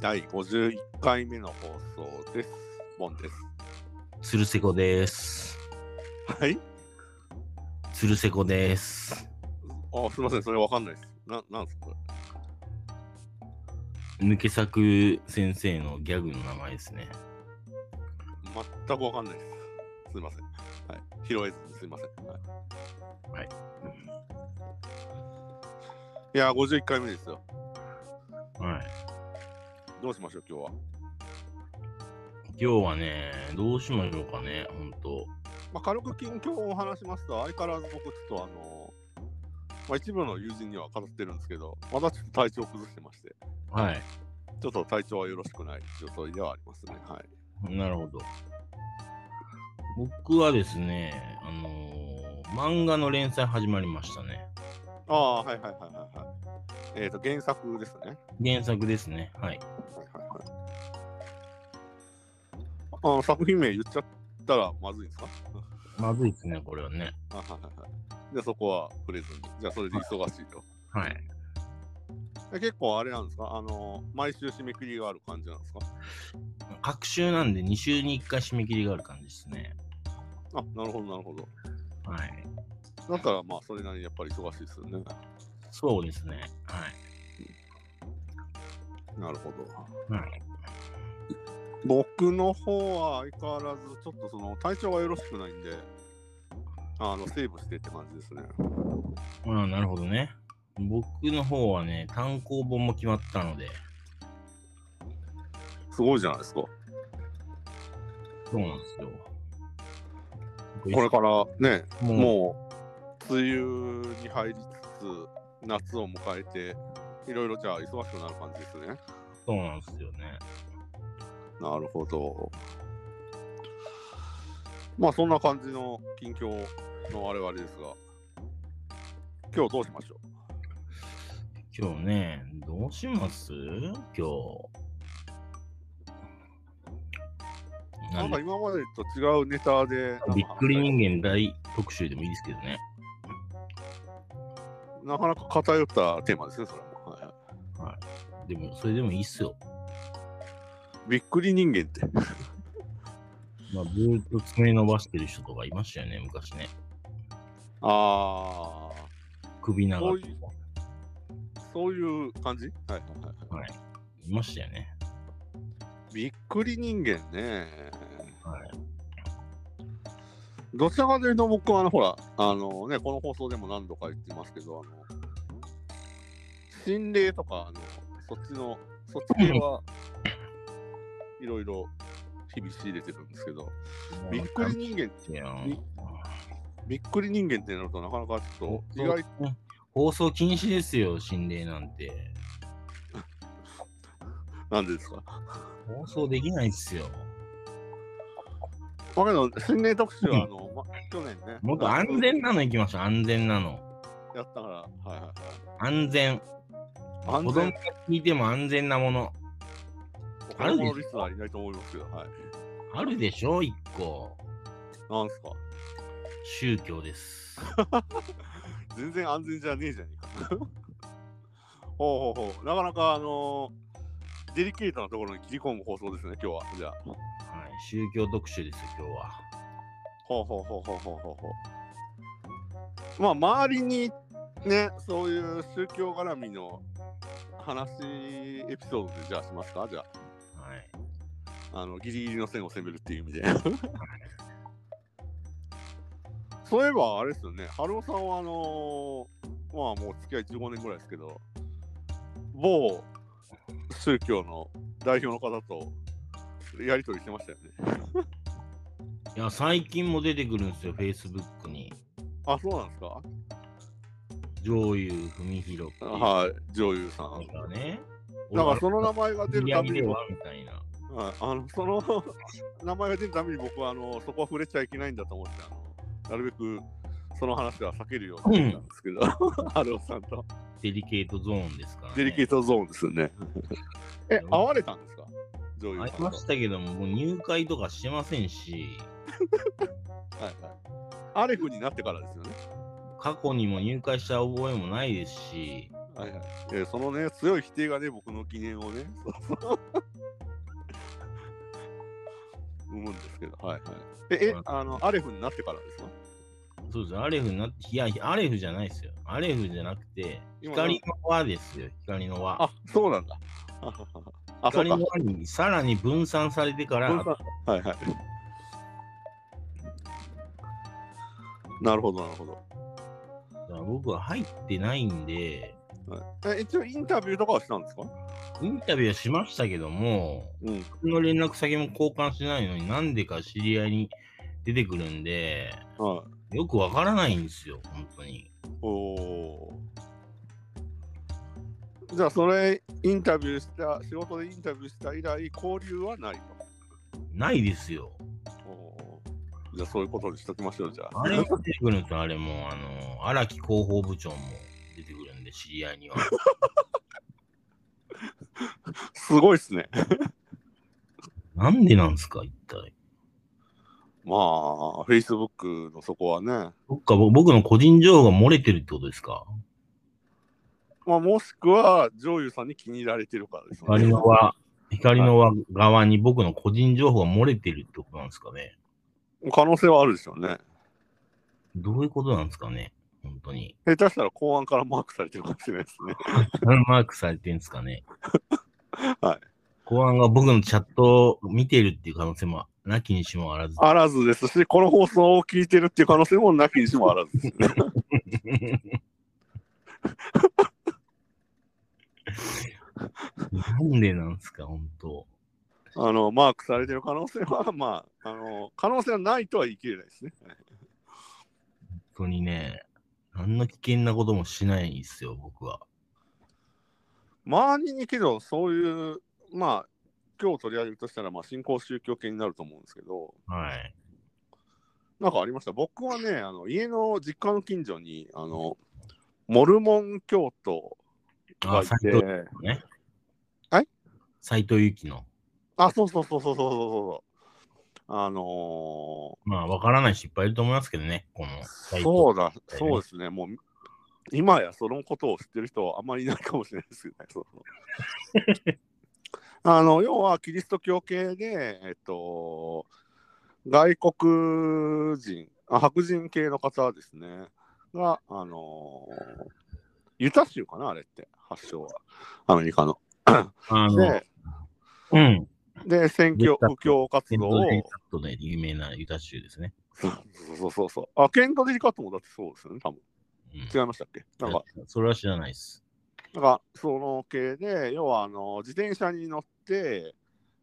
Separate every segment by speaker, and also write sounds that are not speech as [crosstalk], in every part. Speaker 1: 第51回目の放送です。ボンです。
Speaker 2: 鶴瀬子です。
Speaker 1: はい。
Speaker 2: 鶴瀬子です。
Speaker 1: あ、すみません、それわかんないです。な、なんですかこれ
Speaker 2: 抜け作先生のギャグの名前ですね。
Speaker 1: 全くわかんないです。すみません。はい。拾えずにすみません。はい。
Speaker 2: はい
Speaker 1: いやー、51回目ですよ。
Speaker 2: はい。
Speaker 1: どうしましょう、今日は。
Speaker 2: 今日はね、どうしましょうかね、ほんと。
Speaker 1: まあ、軽く近況を話しますと、相変わらず僕、ちょっとあのーまあ、一部の友人には語ってるんですけど、まだちょっと体調崩してまして、
Speaker 2: はい。
Speaker 1: ちょっと体調はよろしくない状態ではありますね。はい。
Speaker 2: なるほど。僕はですね、あのー漫画の連載始まりましたね。
Speaker 1: ああ、はいはいはいはいはい。えっ、と、原作ですね。
Speaker 2: 原作ですね。はい。
Speaker 1: はいはいはい。あ作品名言っちゃったらまずいんですか
Speaker 2: まずいですね、これはね。
Speaker 1: あはいはいはい。じゃあそこは触れずに。じゃあそれで忙しいと。
Speaker 2: はい。
Speaker 1: え結構あれなんですかあの、毎週締め切りがある感じなんですか
Speaker 2: 各週なんで2週に1回締め切りがある感じですね。
Speaker 1: あ、なるほどなるほど。
Speaker 2: はい。
Speaker 1: だったらまあそれなりにやっぱり忙しいですよね。
Speaker 2: そうですね。はい。
Speaker 1: なるほど。
Speaker 2: はい、
Speaker 1: 僕の方は相変わらずちょっとその体調がよろしくないんで、あの、セーブしてって感じですね。
Speaker 2: ああ、なるほどね。僕の方はね、単行本も決まったので、
Speaker 1: すごいじゃないですか。こ
Speaker 2: そうなんですよ。
Speaker 1: れからね、
Speaker 2: もう
Speaker 1: もう梅雨に入りつつ夏を迎えていろいろじゃあ忙しくなる感じですね。
Speaker 2: そうなんですよね。
Speaker 1: なるほど。まあそんな感じの近況の我々ですが今日どうしましょ
Speaker 2: 今日ね、どうします今日。
Speaker 1: う
Speaker 2: な
Speaker 1: なん
Speaker 2: ん
Speaker 1: か
Speaker 2: で
Speaker 1: 今までと違うネタでなんか
Speaker 2: びっくり人間大特集でもいいですけどね。
Speaker 1: なかなか偏ったテーマですねそれも、はいは
Speaker 2: でも、それでもいいっすよ。
Speaker 1: いびっくり人間って
Speaker 2: まあ、ずーっと爪伸ばしてる人とかいましたよね、昔ね。
Speaker 1: ああ
Speaker 2: 首長
Speaker 1: そ
Speaker 2: いう
Speaker 1: いうそういう感じ、はいはいはい
Speaker 2: ましたよね。
Speaker 1: びっくり人間ね。
Speaker 2: はい
Speaker 1: どちらかというと僕はあのほら、あのね、この放送でも何度か言ってますけど、あの、心霊とか、あの、そっちの、そっち系はいろいろ日々仕入れてるんですけど、びっくり人間、
Speaker 2: や
Speaker 1: び
Speaker 2: ん。
Speaker 1: びっくり人間ってなるとなかなかちょっと意外、
Speaker 2: 放送禁止ですよ、心霊なんて。
Speaker 1: なんでですか。
Speaker 2: 放送できないっすよ。
Speaker 1: まあけど、心霊特集はあ
Speaker 2: [laughs]
Speaker 1: の、ま、去年ね、
Speaker 2: もっと安全なの行きましょう、安全なの。
Speaker 1: やったから、はいはいはい。
Speaker 2: 安全。
Speaker 1: 安
Speaker 2: 子供
Speaker 1: 全
Speaker 2: が聞いても安全なもの。
Speaker 1: 他のリスナーいないと思いますけど、はい。
Speaker 2: あるでしょ、一個。
Speaker 1: なんすか
Speaker 2: 宗教です。
Speaker 1: [laughs] 全然安全じゃねえじゃねえか。 [laughs] ほうほうほう。なかなか、あのーデリケートなところに切り込む放送ですね、今日は。じゃあ。
Speaker 2: はい、宗教特集ですよ、今日は。
Speaker 1: ほうほうほうほうほうほうほう。まあ、周りにね、そういう宗教絡みの話エピソードで、じゃあしますかじゃ
Speaker 2: はい。
Speaker 1: あ、あの、ギリギリの線を攻めるっていう意味で。 [laughs] そういえば、あれですよね、春尾さんは、あのーまあ、もう付き合い15年ぐらいですけど、某宗教の代表の方とやり取りしてましたよね。
Speaker 2: いや、最近も出てくるんですよ、Facebook に。
Speaker 1: あ、そうなんですか、
Speaker 2: 上優文弘っていう
Speaker 1: はい、女優さん。
Speaker 2: がね。
Speaker 1: なんか、その名前が出るために、はい
Speaker 2: はみたいな。
Speaker 1: あのその名前が出るために、僕は、あのそこは触れちゃいけないんだと思って、あのなるべくその話は避けるようにしてたんですけど、春尾さんと。
Speaker 2: デリケートゾーンですから、ね。
Speaker 1: デリケートゾーンですよね。え、 [laughs] 会われたんですか女優さん
Speaker 2: あ
Speaker 1: と
Speaker 2: りましたけども、もう入会とかしてませんし、
Speaker 1: はいはい。アレフになってからですよね。
Speaker 2: 過去にも入会した覚えもないですし、
Speaker 1: はいはい。えーそのね、強い否定がね、僕の疑念をね、 [laughs] 生むんですけど、はいはい。え、え、あの、アレフになってからですか
Speaker 2: そうです。アレフになって、いや、アレフじゃないですよ。アレフじゃなくて、
Speaker 1: 今
Speaker 2: 光の輪ですよ、光の輪。
Speaker 1: あ、そうなんだ。あ、そう
Speaker 2: 光
Speaker 1: か
Speaker 2: の。輪にさらに分散されてから、
Speaker 1: 分散はいはい。なるほど、なるほど。
Speaker 2: 僕は入ってないんで、
Speaker 1: はいえ一応インタビューとかはしたんですか
Speaker 2: インタビューはしましたけども、
Speaker 1: うん。
Speaker 2: 僕の連絡先も交換してないのに、なんでか知り合いに出てくるんで、
Speaker 1: はい。
Speaker 2: よくわからないんですよ、本当に。
Speaker 1: おーじゃあ、それ、インタビューした、仕事でインタビューした以来、交流はない
Speaker 2: ないで
Speaker 1: [laughs]
Speaker 2: すよ。
Speaker 1: と。おーじゃあ、そういうことにしときましょう、じゃあ。
Speaker 2: あれも出てくるんですよ、あれも。あの、荒木広報部長も出てくるんで、知り合いには。
Speaker 1: [laughs] すごいっすね。
Speaker 2: なんでなんですか、一体。
Speaker 1: まあ、Facebook のそこはね。
Speaker 2: そっか、ぼ僕の個人情報が漏れてるってことですか。
Speaker 1: まあ、もしくは、上優さんに気に入られてるからです
Speaker 2: 光
Speaker 1: ね。
Speaker 2: の輪、光の輪側に僕の個人情報が漏れてるってことなんですかね。
Speaker 1: 可能性はあるでしょうね。
Speaker 2: どういうことなんですかね、本当に。
Speaker 1: 下手したら公安からマークされてるかもしれないですね。 [laughs]
Speaker 2: 何マークされてるんですかね。
Speaker 1: はい。
Speaker 2: 公安が僕のチャットを見てるっていう可能性もなきにしもあらず。
Speaker 1: あらずですし、この放送を聞いてるっていう可能性もなきにしもあらずですね。 [laughs]
Speaker 2: なんでなんですか、本当。
Speaker 1: あの、マークされてる可能性は、まあ、あの、可能性はないとは言い切れないですね。
Speaker 2: 本当にね、何の危険なこともしないんですよ、僕は。
Speaker 1: 周りにけど、そういう、まあ、今日取り上げるとしたら、まあ、新興宗教系になると思うんですけど、
Speaker 2: はい。
Speaker 1: なんかありました。僕はね、あの家の実家の近所に、あの、モルモン教徒が
Speaker 2: あ、
Speaker 1: い
Speaker 2: 斎
Speaker 1: て
Speaker 2: 藤、ね。
Speaker 1: はい
Speaker 2: 斎藤由貴の。
Speaker 1: あ、そうそうそうそうそうそうそう。あの
Speaker 2: まあ、わからない人いっぱいいると思いますけどね、このサ
Speaker 1: ー、
Speaker 2: イ
Speaker 1: そ
Speaker 2: ト。
Speaker 1: うだ、そうですね、もう、今やそのことを知ってる人はあんまりいないかもしれないですけどね。そうそう
Speaker 2: [laughs]
Speaker 1: あの要は、キリスト教系で、えっと、外国人あ、白人系の方ですね、が、あのーユタ州かな、あれって、発祥は、アメリカの。
Speaker 2: あの、
Speaker 1: で、
Speaker 2: うん。
Speaker 1: で宣教
Speaker 2: ユタ、
Speaker 1: 布教活
Speaker 2: セン
Speaker 1: 動
Speaker 2: ト
Speaker 1: を
Speaker 2: デ、リカットで有名なユタ州ですね。
Speaker 1: そうそうそうそう。あ、ケント・デリカットもだってそうですよね、多分。
Speaker 2: うん
Speaker 1: 違いましたっけなんか、
Speaker 2: それは知らないです。
Speaker 1: なんかその系で、要はあの自転車に乗って、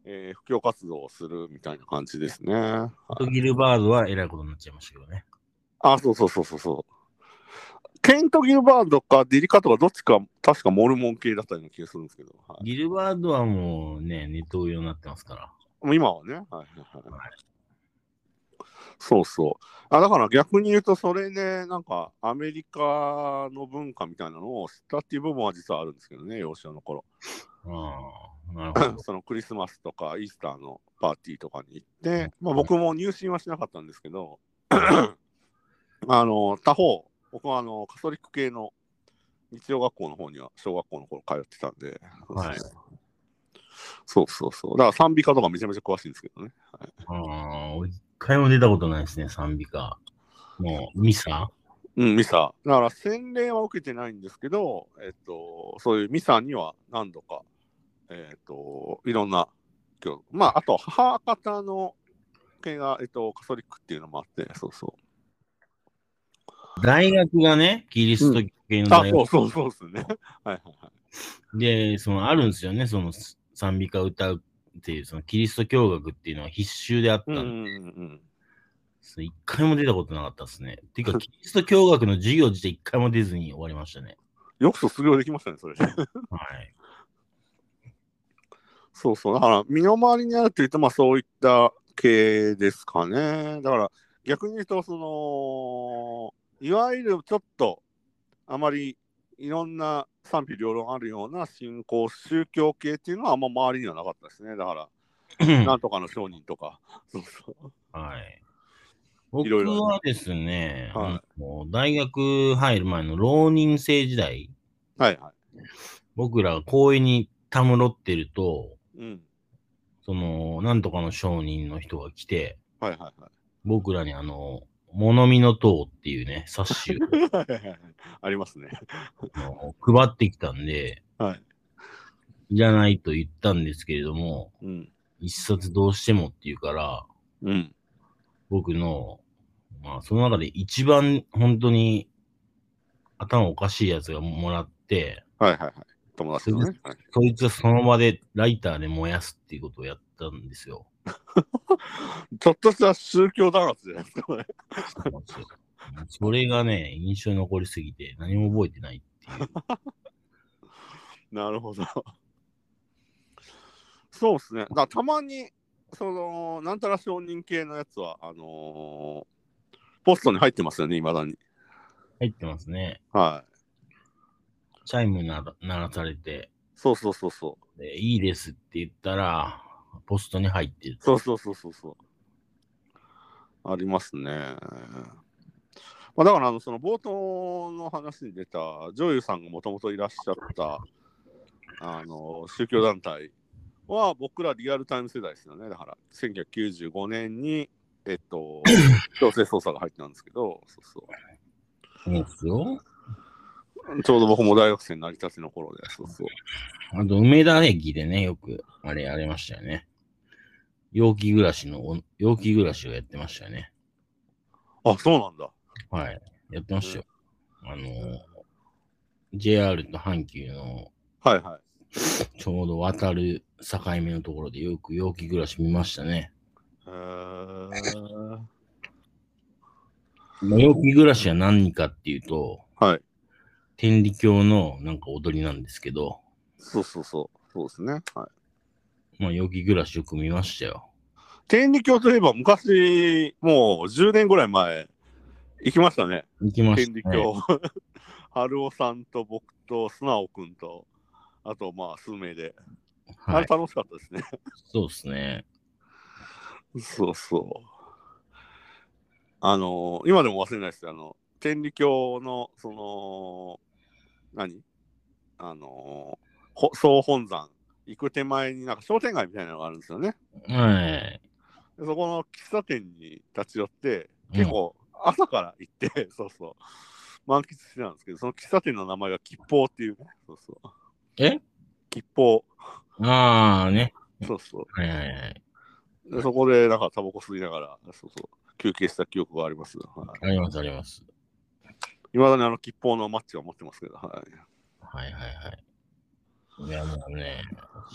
Speaker 1: えー、布教活動をするみたいな感じですね。はい
Speaker 2: トギルバードはえらいことになっちゃいましたけどね。
Speaker 1: あ、そうそうそうそうそう。ケント・ギルバードかデリカとかどっちか、確かモルモン系だったような気がするんですけど、はい
Speaker 2: ギルバードはもうね、ネトウヨになってますから。
Speaker 1: もう今はね、はいはいはい。そうそう。あだから逆に言うと、それで、なんか、アメリカの文化みたいなのを知ったっていう部分は実はあるんですけどね、幼少の頃。
Speaker 2: ああ、なるほど。
Speaker 1: そのクリスマスとかイースターのパーティーとかに行って、まあ、僕も入信はしなかったんですけ
Speaker 2: [clears throat]
Speaker 1: ど、あの他方、僕はあのカトリック系の日曜学校の方には小学校の頃通ってたんで、
Speaker 2: はい
Speaker 1: そうそうそう、だから賛美歌とかめちゃめちゃ詳しいんですけどね。
Speaker 2: ああ、一回も出たことないですね、賛美歌。もう、ミサ
Speaker 1: うん、ミサ。だから洗礼は受けてないんですけど、えっと、そういうミサには何度か、えっと、いろんな教、まあ、あと母方の系が、えっと、カソリックっていうのもあって、そうそ
Speaker 2: 大学がね、キリスト系
Speaker 1: う。
Speaker 2: の
Speaker 1: あ、
Speaker 2: 大学、
Speaker 1: そうそうそうですね。はいはいはい。
Speaker 2: で、そのあるんですよね、そのす賛美歌歌うっていう、そのキリスト教学っていうのは必修であった
Speaker 1: うんん
Speaker 2: で
Speaker 1: う
Speaker 2: す
Speaker 1: んうん
Speaker 2: その一回も出たことなかったですね。っていうか、キリスト教学の授業自体一回も出ずに終わりましたね。
Speaker 1: うん。よく卒業できましたね、それで。
Speaker 2: はい。
Speaker 1: そうそう。だから、身の回りにあるというと、まあ、そういった系ですかね。だから、逆に言うと、その、いわゆるちょっと、あまりいろんな賛否両論あるような信仰、宗教系っていうのは、あんま周りにはなかったですね。だから、なんとかの商人とか。 [laughs] そうそう。
Speaker 2: [clears throat] はい。
Speaker 1: い
Speaker 2: 僕
Speaker 1: ろいろ
Speaker 2: はですね、
Speaker 1: は
Speaker 2: もう大学入る前の浪人生時代
Speaker 1: はいはい。
Speaker 2: 僕らが行為にたむろってると、
Speaker 1: うん。
Speaker 2: その、なんとかの商人の人が来て、
Speaker 1: はいはいはい。
Speaker 2: 僕らにあの、物見の塔っていうね、冊子を
Speaker 1: [laughs] ありますね。
Speaker 2: あの配ってきたんで、
Speaker 1: はい。
Speaker 2: いらないと言ったんですけれども、
Speaker 1: うん。
Speaker 2: 一冊どうしてもっていうから、
Speaker 1: うん。
Speaker 2: 僕の、まあ、その中で一番本当に頭おかしいやつがもらって、
Speaker 1: はいはいはい。友達のね。はい
Speaker 2: そいつはその場でライターで燃やすっていうことをやったんですよ。 [laughs]
Speaker 1: ちょっとした宗教弾圧じゃないですか、これ。
Speaker 2: それがね、印象に残りすぎて何も覚えてないっていう。
Speaker 1: なるほど。 [laughs] そうですね。だからたまに、その、なんたら承認系のやつは、あのーポストに入ってますよね、いまだに。
Speaker 2: 入ってますね。
Speaker 1: はい。
Speaker 2: チャイムなら鳴らされて
Speaker 1: そうそうそうそう。
Speaker 2: で、いいですって言ったら、ポストに入ってる。
Speaker 1: そうそうそうそうそう。ありますね。まあ、だからあの、その冒頭の話に出た、女優さんがもともといらっしゃった、あの、宗教団体は、僕らリアルタイム世代ですよね。だから、1995年に、えっと、強制捜査が入ってたんですけど、そうそう。
Speaker 2: そうですよ。
Speaker 1: ちょうど僕も大学生になりたての頃で、そうそう。
Speaker 2: あと、梅田駅でね、よく、あれやりましたよね。陽気暮らしのお、陽気暮らしをやってましたよね。
Speaker 1: あ、そうなんだ。
Speaker 2: はい。やってましたよ。あのー、JR と阪急の
Speaker 1: はいはい。
Speaker 2: ちょうど渡る境目のところでよく陽気暮らし見ましたね。
Speaker 1: へー
Speaker 2: まあ陽気暮らしは何かっていうと、
Speaker 1: はい。
Speaker 2: 天理教のなんか踊りなんですけど、
Speaker 1: そうそうそう。そうですね。はい。
Speaker 2: まあ、陽気暮らしよく見ましたよ。
Speaker 1: 天理教といえば昔、もう10年ぐらい前、行きましたね。
Speaker 2: 行きまし
Speaker 1: 天理
Speaker 2: たね。
Speaker 1: 教。 [laughs] 春尾さんと僕と素直くんと、あとまあ数名で。あ
Speaker 2: は
Speaker 1: れ
Speaker 2: い。
Speaker 1: 楽しかったですね。
Speaker 2: そうですね。
Speaker 1: そうそう。あのー今でも忘れないですよ。あの、天理教の、その、何あのーほ総本山行く手前になんか商店街みたいなのがあるんですよね。
Speaker 2: はい。
Speaker 1: でそこの喫茶店に立ち寄って、結構朝から行って、 [laughs] そうそう、満喫してたんですけど、その喫茶店の名前が吉報っていうね、そうそう。
Speaker 2: え
Speaker 1: 吉報、
Speaker 2: ああね。
Speaker 1: そうそ
Speaker 2: はいはいはい。
Speaker 1: う。でそこで、なんかタバコ吸いながら、そうそう、休憩した記憶があります。はい
Speaker 2: ありますあります。
Speaker 1: いまだにあの吉報のマッチは持ってますけど、はい。
Speaker 2: はいはいはい。いやもうね、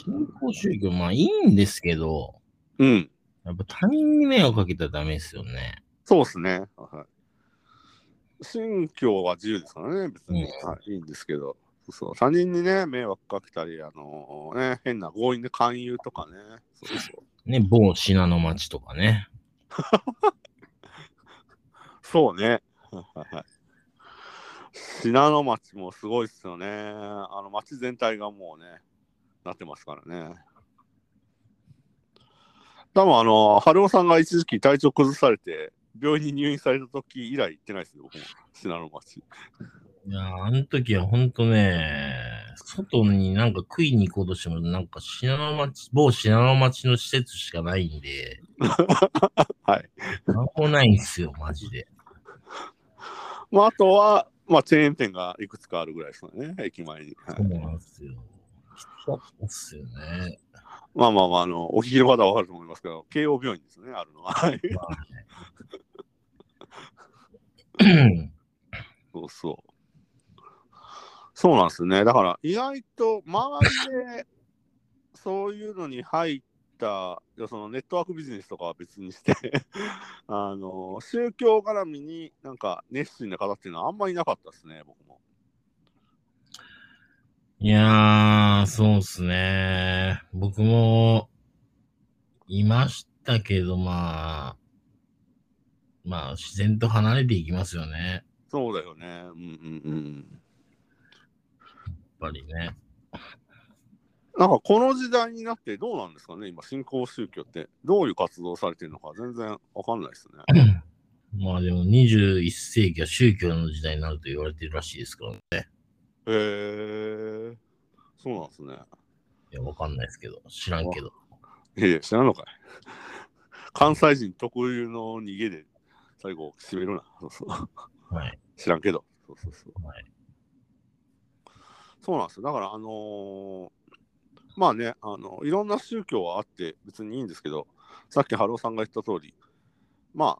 Speaker 2: 新興宗教、まあいいんですけど、
Speaker 1: うん、
Speaker 2: やっぱ他人に迷惑かけたらダメですよね。
Speaker 1: そうですね。はい、信教は自由ですからね、別に、
Speaker 2: うん
Speaker 1: はい、いいんですけど、そうそう他人にね、迷惑かけたり、あのね、変な強引で勧誘とかね、そうそう。
Speaker 2: ね、某信濃町とかね。
Speaker 1: そうね。はいはい信濃町もすごいですよね。あの町全体がもうね、なってますからね。多分あの、春尾さんが一時期体調崩されて、病院に入院された時以来行ってないですよ、僕も信濃町。
Speaker 2: いやー、あの時はほんとね、外になんか食いに行こうとしても、なんか信濃町、某信濃町の施設しかないんで、
Speaker 1: [laughs] はい。
Speaker 2: なんもないんですよ、マジで。
Speaker 1: まあ、あとは、まあ、チェーン店がいくつかあるぐらいですかね、駅前に。はい
Speaker 2: そうなんですよ。きつかったっすよね。
Speaker 1: まあまあまあ、あの、お聞きの方はわかると思いますけど、慶応病院ですね、あるのは。はい [laughs] そうそう。そうなんですね。だから意外と周りでそういうのに入った、いやそのネットワークビジネスとかは別にして、 [laughs] あの、宗教絡みになんか熱心な方っていうのはあんまりいなかったですね、僕も。
Speaker 2: いやー、そうっすね。僕も、いましたけど、まあ、まあ、自然と離れていきますよね。
Speaker 1: そうだよね。うんうんうん。
Speaker 2: やっぱりね。
Speaker 1: なんかこの時代になってどうなんですかね、今、新興宗教ってどういう活動されてるのか全然わかんないですね。
Speaker 2: まあでも、21世紀は宗教の時代になると言われてるらしいですからね。
Speaker 1: へえ。そうなんですね。
Speaker 2: いや、わかんないですけど、知らんけど。
Speaker 1: いやいや、知らんのかい。関西人特有の逃げで最後締めるな。そうそう
Speaker 2: はい。
Speaker 1: 知らんけど。そうそうそう。
Speaker 2: はい
Speaker 1: そうなんですよ。だから、あのーまあね、あの、いろんな宗教はあって別にいいんですけど、さっき春尾さんが言った通り、まあ、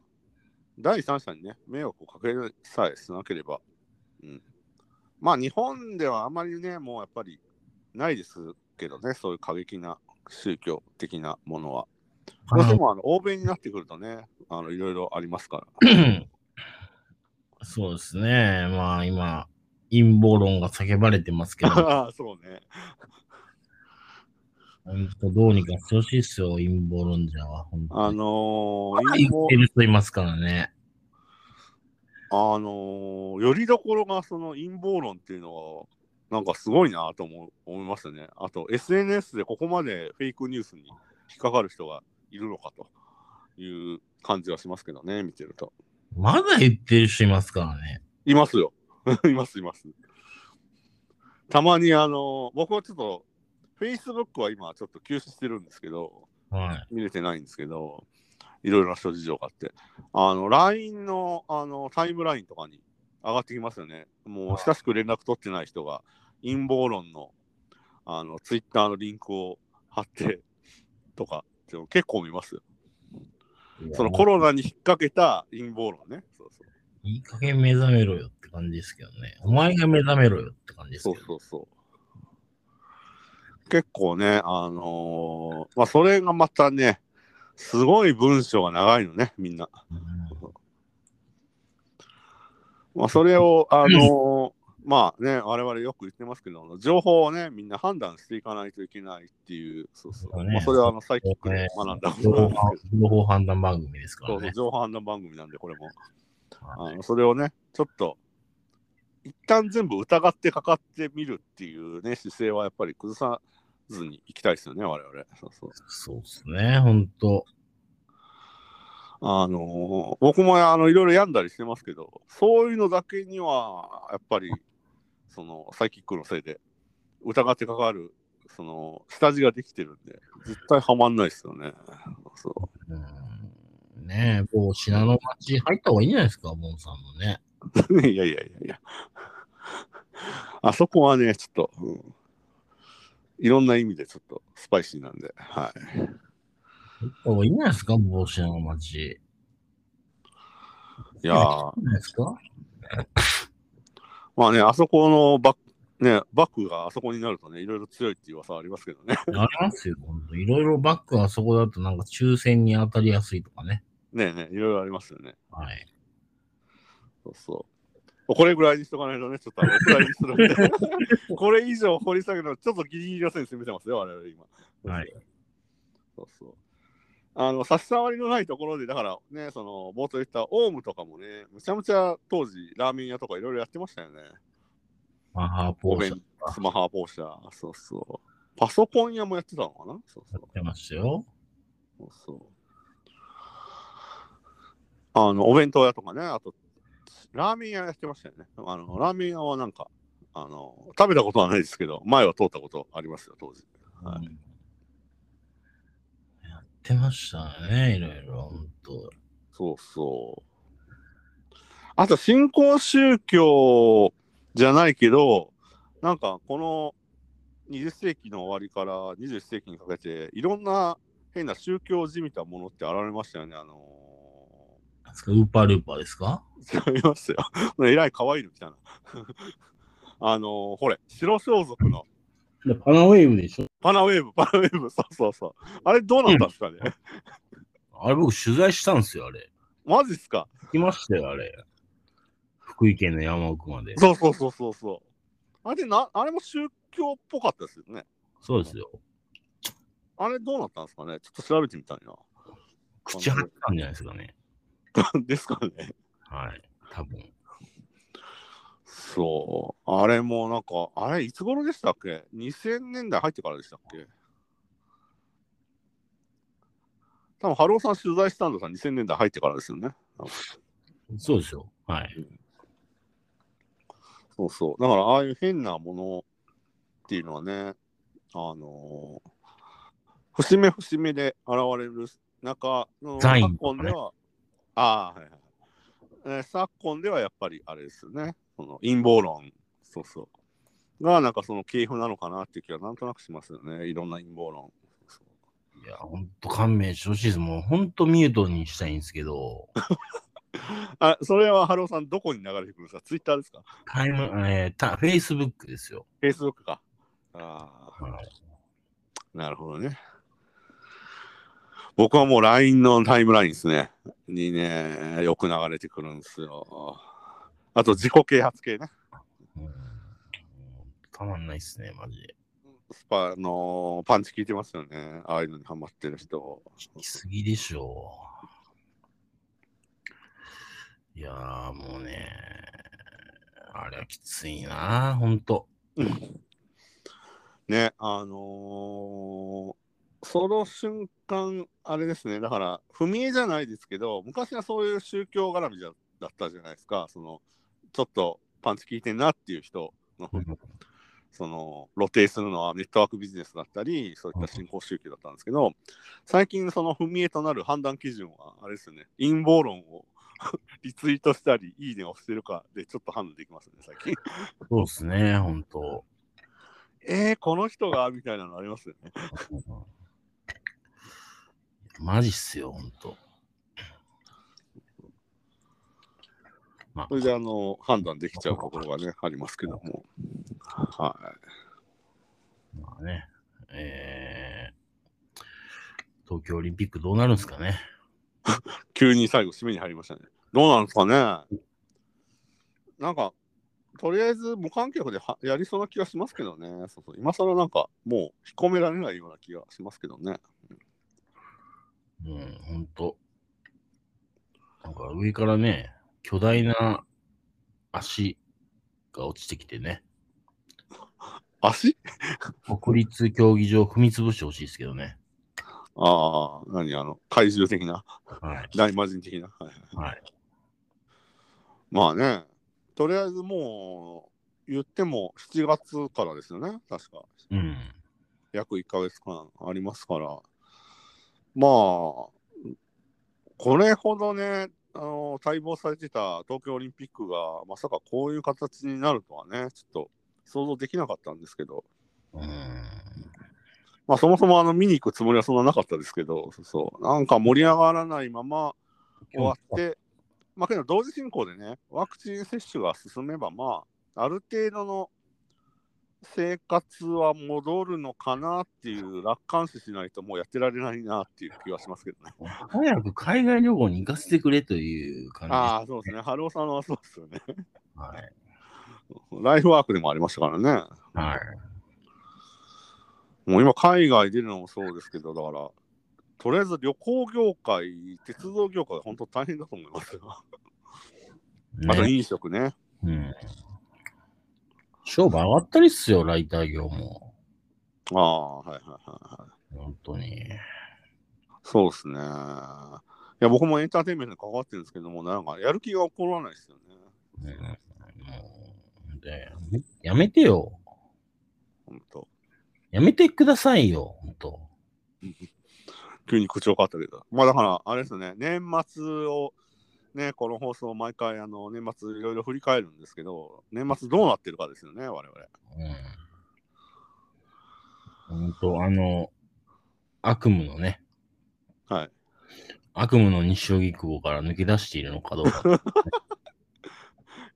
Speaker 1: 第三者にね、迷惑をかけさえしなければ、うん。まあ、日本ではあまりね、もうやっぱりないですけどね、そういう過激な宗教的なものは。どうしてもあの欧米になってくるとね、あのいろいろありますから。
Speaker 2: そうですね。まあ今、陰謀論が叫ばれてます
Speaker 1: [laughs]
Speaker 2: け [laughs] ど、
Speaker 1: ああ、そうね。
Speaker 2: 本当どうにかしてほしいっすよ、陰謀論者は。本
Speaker 1: あ
Speaker 2: 当に。
Speaker 1: のー、陰
Speaker 2: 言っ
Speaker 1: 謀
Speaker 2: てる人いますからね。
Speaker 1: あのー、よりどころがその陰謀論っていうのは、なんかすごいなと思う思いましたね。あと、SNS でここまでフェイクニュースに引っかかる人がいるのかという感じはしますけどね、見てると。
Speaker 2: まだ言ってる人いますからね。
Speaker 1: いますよ。 [laughs] います、います。たまに、あのー僕はちょっと、Facebook は今ちょっと休止してるんですけど、
Speaker 2: はい。
Speaker 1: 見れてないんですけど、いろいろな諸事情があって、あの、LINE のあのタイムラインとかに上がってきますよね。もう、親しく連絡取ってない人が陰謀論の、あの、ツイッターのリンクを貼って [laughs] とか、でも結構見ますよ。そのコロナに引っ掛けた陰謀論ね。そうそう
Speaker 2: いい加減目覚めろよって感じですけどね。お前が目覚めろよって感じです
Speaker 1: そ
Speaker 2: け
Speaker 1: う
Speaker 2: ど。
Speaker 1: そうそう。結構ね、あのーまあ、それがまたね、すごい文章が長いのね、みんな。
Speaker 2: うん
Speaker 1: まあ、それを、あのーまあね、我々よく言ってますけど、情報をね、みんな判断していかないといけないっていう、そうそう。
Speaker 2: そうね
Speaker 1: まあ、それはあのサイキックで学んだこと
Speaker 2: 情
Speaker 1: なん
Speaker 2: 報
Speaker 1: ですけど、
Speaker 2: 情報判断番組ですか
Speaker 1: そ
Speaker 2: ら
Speaker 1: うそう
Speaker 2: ね。
Speaker 1: 情報判断番組なんで、これも。
Speaker 2: は
Speaker 1: あ
Speaker 2: い
Speaker 1: のそれをね、ちょっと、一旦全部疑ってかかってみるっていうね、姿勢はやっぱり崩さずにいきたいですよね、我々。そうそう。
Speaker 2: そうですね、ほんと。
Speaker 1: あのー僕もあのいろいろ病んだりしてますけど、そういうのだけには、やっぱり、そのサイキックのせいで、疑ってかかる、その、下地ができてるんで、絶対はまんないですよね。 [laughs] そ
Speaker 2: うんねえ、こう、信濃町入った方がいいんじゃないですか、ボンさんもね。
Speaker 1: う。いやいやいやいや。あそこはね、ちょっと、うんいろんな意味でちょっとスパイシーなんで、はい。
Speaker 2: 入った方がいいんじゃないですか、帽子の町。
Speaker 1: いやー
Speaker 2: いいんじゃないですか
Speaker 1: まあね、あそこのバック、ね、バックがあそこになるとね、いろいろ強いっていう噂はありますけどね。
Speaker 2: ありますよ、ほんと。いろいろバックはそこだとなんか抽選に当たりやすいとかね。
Speaker 1: ねえねえ、いろいろありますよね。
Speaker 2: はい。
Speaker 1: そうそう。これぐらいにしとかないとね、ちょっとあの、ぐらいにするんで。
Speaker 2: [laughs]
Speaker 1: これ以上掘り下げるの、ちょっとギリギリの線攻めてますよ、我々今。
Speaker 2: はい。
Speaker 1: そうそう。あの、差し障りのないところで、だからね、その、冒頭言ったオウムとかもね、むちゃむちゃ当時、ラーメン屋とかいろいろやってましたよね。
Speaker 2: マハーポ
Speaker 1: お
Speaker 2: ーショ
Speaker 1: 弁
Speaker 2: ン
Speaker 1: スマホポーシャー、そうそう。パソコン屋もやってたのかなそうそ
Speaker 2: や
Speaker 1: う。
Speaker 2: ってましたよ。
Speaker 1: そうそう。あの、お弁当屋とかね、あと、ラーメン屋やってましたよね。あの、ラーメン屋はなんか、あの、食べたことはないですけど、前は通ったことありますよ、当時。は
Speaker 2: うんやってましたね、いろいろ、ほんと。
Speaker 1: そうそう。あと、新興宗教じゃないけど、なんか、この20世紀の終わりから21世紀にかけて、いろんな変な宗教じみたものって現れましたよね。あの
Speaker 2: なんですかウーパールーパーですか
Speaker 1: 違いますよ。えらい可愛いの来たな。あのー、ほれ、白装束の
Speaker 2: パナウェーブでしょ
Speaker 1: パナウェーブ、パナウェーブ、そうそうそう。あれどうなったんですかね、
Speaker 2: あれ僕取材したんですよ、あれ。
Speaker 1: マジっすか
Speaker 2: 来ましたよ、あれ。福井県の山奥まで。
Speaker 1: そうそうそうそうそう。あれな、あれも宗教っぽかったですよね。
Speaker 2: そうですよ。
Speaker 1: あれどうなったんですかねちょっと調べてみたいな。
Speaker 2: 口張ったんじゃないですかね。
Speaker 1: ですかね。
Speaker 2: はい。多分。
Speaker 1: そう。あれもなんか、あれいつ頃でしたっけ ?2000 年代入ってからでしたっけ多分、ハローさん取材したのさ、2000年代入ってからですよね。
Speaker 2: そうですよ。はい。
Speaker 1: そうそう。だから、ああいう変なものっていうのはね、あのー節目節目で現れる中の、
Speaker 2: ザイン
Speaker 1: 昨今では、ああ、はいはい。えー昨今ではやっぱりあれですよね。その陰謀論、そうそう。が、なんかその系譜なのかなっていう気がなんとなくしますよね。いろんな陰謀論。
Speaker 2: いや、ほんと勘弁してほしいです。もうほんとミュートにしたいんですけど、
Speaker 1: あ、それはハローさん、どこに流れてくるんですかツイッターですか
Speaker 2: タイム、えー、た、Facebook ですよ。
Speaker 1: フェイスブックか。ああ、
Speaker 2: は
Speaker 1: なるほどね。僕はもう LINE のタイムラインですね。にね、よく流れてくるんですよ。あと自己啓発系ね。
Speaker 2: いうんたまんないっすね、マジで。
Speaker 1: スパあのパンチ効いてますよね。ああいうのにハマってる人。
Speaker 2: 聞きすぎでしょう。いやー、もうね、あれはきついな、ほんと。
Speaker 1: ね、あのーその瞬間、あれですね、だから、踏み絵じゃないですけど、昔はそういう宗教絡みじゃだったじゃないですか、その、ちょっとパンチ効いてんなっていう人の
Speaker 2: うん、
Speaker 1: その、露呈するのはネットワークビジネスだったり、そういった新興宗教だったんですけど、最近その踏み絵となる判断基準は、あれですよね、陰謀論を [laughs] リツイートしたり、いいねをしてるかで、ちょっと判断できますね、最
Speaker 2: [laughs]
Speaker 1: 近。
Speaker 2: そうっすね、ほんと。
Speaker 1: えー、この人が、みたいなのありますよね。
Speaker 2: マジっすよ、ほんと。ま
Speaker 1: それであの判断できちゃうところがね、ありますけども。は
Speaker 2: まあね、えー、東京オリンピックどうなるんですかね。
Speaker 1: い。急に最後、締めに入りましたね。どうなんですかねなんか、とりあえず無観客ではやりそうな気がしますけどね。そうそう今更なんか、もう引っ込められないような気がしますけどね。
Speaker 2: うん、ほんと。なんか上からね、巨大な足が落ちてきてね、
Speaker 1: 足
Speaker 2: 国立競技場を踏み潰してほしいですけどね。
Speaker 1: ああ、何あの、怪獣的な、
Speaker 2: はい。
Speaker 1: 大魔人的な。はいはい
Speaker 2: はい。
Speaker 1: まあね、とりあえずもう、言っても7月からですよね、確か。
Speaker 2: うん。
Speaker 1: 約1ヶ月間ありますから、まあ、これほどね、あの待望されてた東京オリンピックがまさかこういう形になるとはね、ちょっと想像できなかったんですけど、
Speaker 2: うん。
Speaker 1: まあそもそもあの見に行くつもりはそんななかったですけど、そうそうなんか盛り上がらないまま終わって、まあけど同時進行でね、ワクチン接種が進めば、まあ、ある程度の生活は戻るのかなっていう楽観視しないともうやってられないなっていう気はしますけどね。
Speaker 2: 早く海外旅行に行かせてくれという感じ
Speaker 1: ああ、そうですね。春尾さんはそうですよね。
Speaker 2: はい。
Speaker 1: ライフワークでもありましたからね。
Speaker 2: はい。
Speaker 1: もう今海外出るのもそうですけど、だから、とりあえず旅行業界、鉄道業界、本当大変だと思いますよ。あと
Speaker 2: ね
Speaker 1: 飲食ね。
Speaker 2: うん。商売上がったりっすよ、ライター業も。
Speaker 1: ああ、はいはいはいはい。
Speaker 2: 本当に。
Speaker 1: そうですね。いや、僕もエンターテインメントに関わってるんですけども、なんかやる気が起こらないですよね。
Speaker 2: うん、もうでやめてよ。
Speaker 1: 本当。
Speaker 2: やめてくださいよ、本当。
Speaker 1: 急に口を変わったけど。まあだから、あれですよね、年末を、ね、この放送、毎回、あの、年末いろいろ振り返るんですけど、年末どうなってるかですよね、我々。
Speaker 2: うん。本当、あの、悪夢のね、
Speaker 1: はい。
Speaker 2: 悪夢の西荻窪から抜け出しているのか
Speaker 1: [laughs]
Speaker 2: どうか。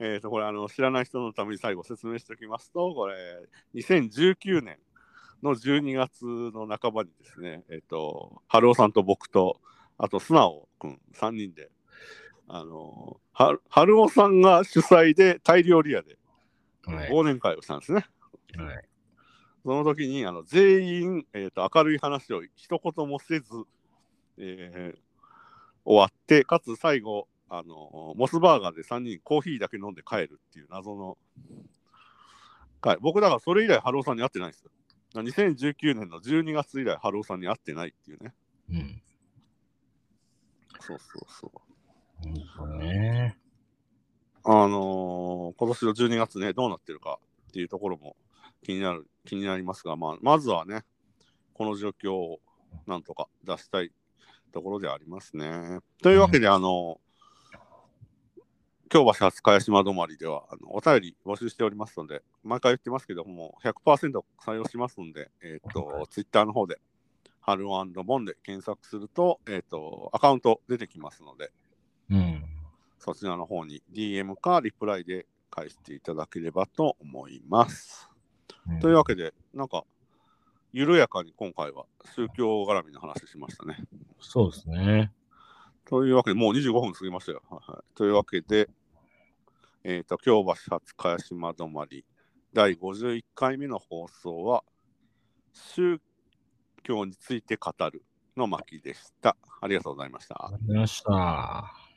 Speaker 1: えっ、と、これ、あの、知らない人のために最後説明しておきますと、これ、2019年の12月の半ばにですね、えっ、と、春尾さんと僕と、あと、素直くん3人で、あの、は春尾さんが主催で、タイ料理屋で
Speaker 2: はい。
Speaker 1: 忘年会をしたんですね。
Speaker 2: はい、
Speaker 1: その時に、あの、全員、えっ、と、明るい話を一言もせず、えー終わって、かつ最後、あの、モスバーガーで3人コーヒーだけ飲んで帰るっていう謎の回。僕、だからそれ以来、ハローさんに会ってないんですよ。だから2019年の12月以来、ハローさんに会ってないっていうね。
Speaker 2: うん。
Speaker 1: そうそうそう。
Speaker 2: 本当ね。
Speaker 1: あのー今年の12月ね、どうなってるかっていうところも気になる、気になりますが、まあ、まずはね、この状況をなんとか出したいところではありますね。というわけで、あの京橋初茅島止まりではあのお便り募集しておりますので、毎回言ってますけども、100%採用しますので、えっ、と、ツイッターの方で、ハルワンドボンで検索すると、えっ、と、アカウント出てきますので、
Speaker 2: うん。
Speaker 1: そちらの方に DM かリプライで返していただければと思います。
Speaker 2: うん
Speaker 1: というわけで、なんか、緩やかに今回は宗教絡みの話しましたね。
Speaker 2: そうですね。
Speaker 1: というわけで、もう25分過ぎましたよ。はいはい、というわけで、えっ、と、京橋初茅島止まり、第51回目の放送は、宗教について語るの巻でした。ありがとうございました
Speaker 2: あ。りました。